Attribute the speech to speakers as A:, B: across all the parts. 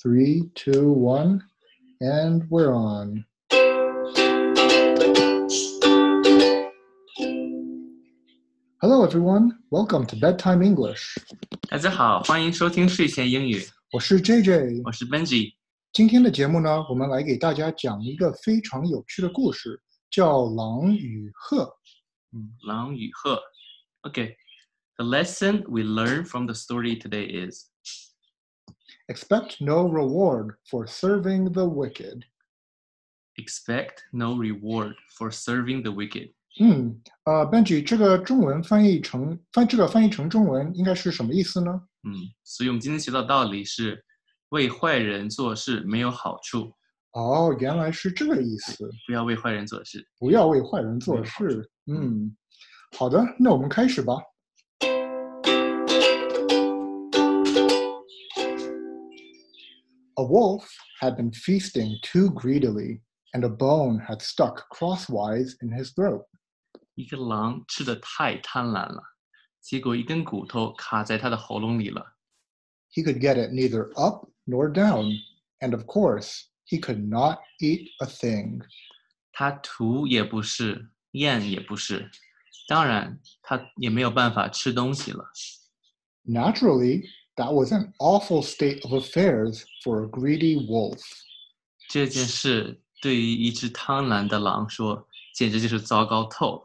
A: Three, two, one, and we're on. Hello, everyone. Welcome to Bedtime English.
B: 大家好，欢迎收听睡前英语，
A: 我是 JJ。
B: 我是 Benji。
A: 今天的节目呢，我们来给大家讲一个非常有趣的故事，叫《狼与鹤》。
B: 狼与鹤。Okay, the lesson we learn from the story today is
A: Expect no reward for serving the wicked.
B: expect no reward for serving the wicked。
A: 嗯，呃，Benji，这个中文翻译成翻这个翻译成中文应该是什么意思呢？
B: 嗯，所以我们今天学到的道理是，为坏人做事没有好处，
A: 哦，原来是这个意思。
B: 不要为坏人做事。
A: 不要为坏人做
B: 没有好
A: 事。嗯，好的，那我们开始吧。A wolf had been feasting too greedily, and a bone had stuck crosswise in his throat.
B: 一个狼吃的太贪婪了，结果一根骨头卡在他的喉咙里了，
A: He could get it neither up nor down, and of course, he could not eat a thing.
B: 他吐也不是，咽也不是，当然他也没有办法吃东西了。
A: Naturally, that was an awful state of affairs for a greedy wolf.
B: 这件事对于一只贪婪的狼说，简直就是糟糕透了。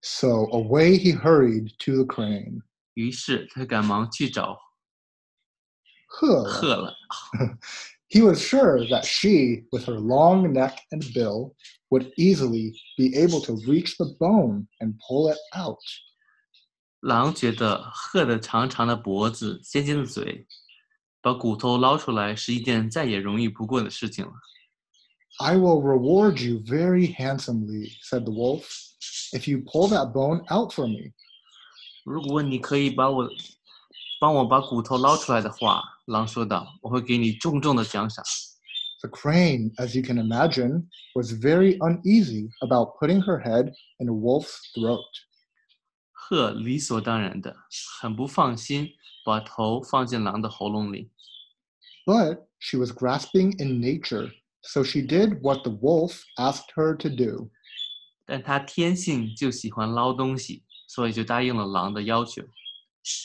A: So away he hurried to the crane.
B: 于是他赶忙去找
A: Huh.
B: 鹤了。
A: He was sure that she, with her long neck and bill, would easily be able to reach the bone and pull it out.
B: 狼觉得鹤的长长的脖子、尖尖的嘴，把骨头捞出来是一件再也容易不过的事情了。
A: I will reward you very handsomely, said the wolf, if you pull that bone out for me.
B: 如果你可以把我帮我把骨头捞出来的话，狼说道，我会给你重重的奖赏。
A: The crane, as you can imagine, was very uneasy about putting her head in a wolf's throat.
B: 鹤理所当然的，很不放心，把头放进狼的喉咙里。
A: But she was grasping in nature, so she did what the wolf asked her to do.
B: 但他天性就喜欢捞东西，所以就答应了狼的要求。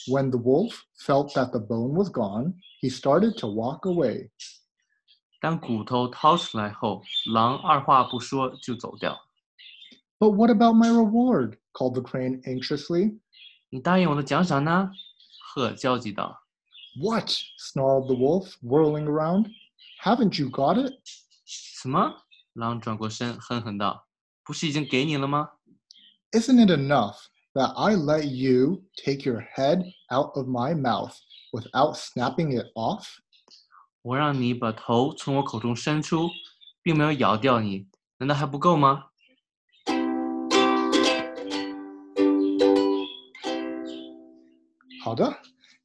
A: When the wolf felt that the bone was gone, he started to walk away.
B: 当骨头掏出来后，狼二话不说就走掉。
A: But what about my reward? called the crane anxiously.
B: 你答应我的奖赏呢？鹤焦急道
A: What? snarled the wolf, whirling around. Haven't you got it?：“
B: 什么？”狼转过身，狠狠道：“不是已经给你了吗？
A: Isn't it enough that I let you take your head out of my mouth without snapping it off?
B: 我让你把头从我口中伸出，并没有咬掉你，难道还不够吗
A: 好的，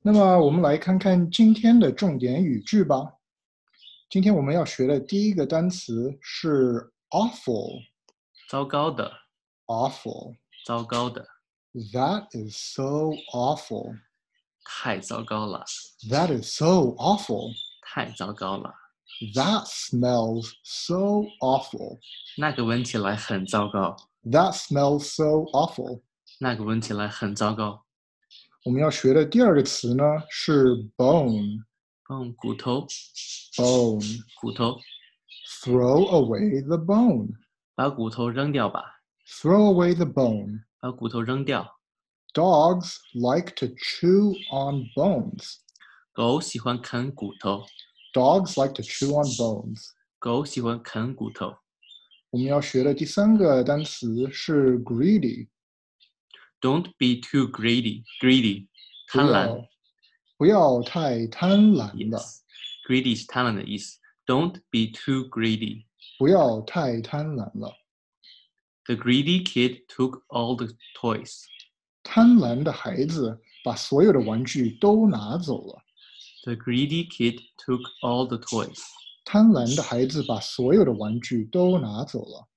A: 那么我们来看看今天的重点语句吧。今天我们要学的第一个单词是 awful。？”
B: 糟糕的，
A: awful.
B: 糟糕的，
A: That is so awful.
B: 太糟糕了，
A: That is so awful.
B: 太糟糕了，
A: That smells so awful.
B: 那个闻起来很糟糕，
A: That smells so awful.
B: 那个闻起来很糟糕。
A: 我们要学的第二个词呢是 bone
B: 嗯，骨头，
A: bone.
B: 骨头，
A: Throw away the bone.
B: 把骨头扔掉吧，
A: Throw away the bone.
B: 把骨头扔掉。
A: Dogs like to chew on bones.
B: 狗喜欢啃骨头，
A: Dogs like to chew on bones.
B: 狗喜欢啃骨头。
A: 我们要学的第三个单词是 greedy。
B: Don't be too greedy, greedy，贪婪。
A: 不要太贪婪了，
B: Yes, greedy 是贪婪的意思。Don't be too greedy.
A: 不要太贪婪了。
B: The greedy kid took all the toys.
A: 贪婪的孩子把所有的玩具都拿走了。
B: The greedy kid took all the toys.
A: 贪婪的孩子把所有的玩具都拿走了。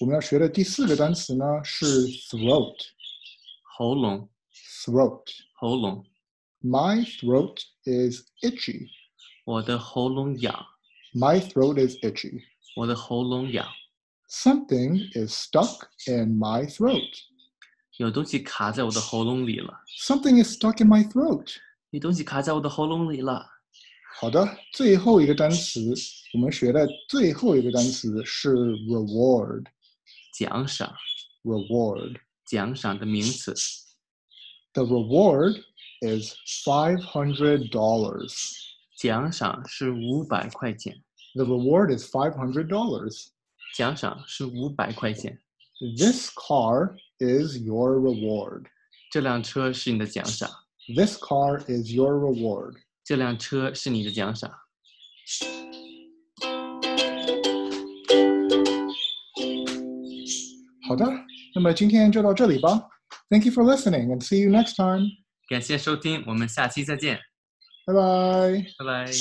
A: 我们要学的第四个单词呢是 throat。
B: 喉咙，
A: throat。
B: 喉咙，
A: My throat is itchy.
B: 我的喉咙痒，
A: My throat is itchy.
B: 我的喉咙痒，
A: Something is stuck in my throat.
B: 有东西卡在我的喉咙里了，
A: Something is stuck in my throat.
B: 有东西卡在我的喉咙里了。
A: 好的，最后一个单词，我们学的最后一个单词是 reward。
B: 奖赏，
A: Reward.
B: 奖赏的名词，
A: The reward is five hundred dollars.
B: 奖赏是五百块钱，
A: The reward is five hundred dollars.
B: 奖赏是五百块钱。
A: This car is your reward.
B: 这辆车是你的奖赏，
A: This car is your reward.
B: 这辆车是你的奖赏。
A: 好的，那么今天就到这里吧。Thank you for listening and see you next time.
B: 感谢收听，我们下期再见，
A: Bye bye.
B: 拜拜。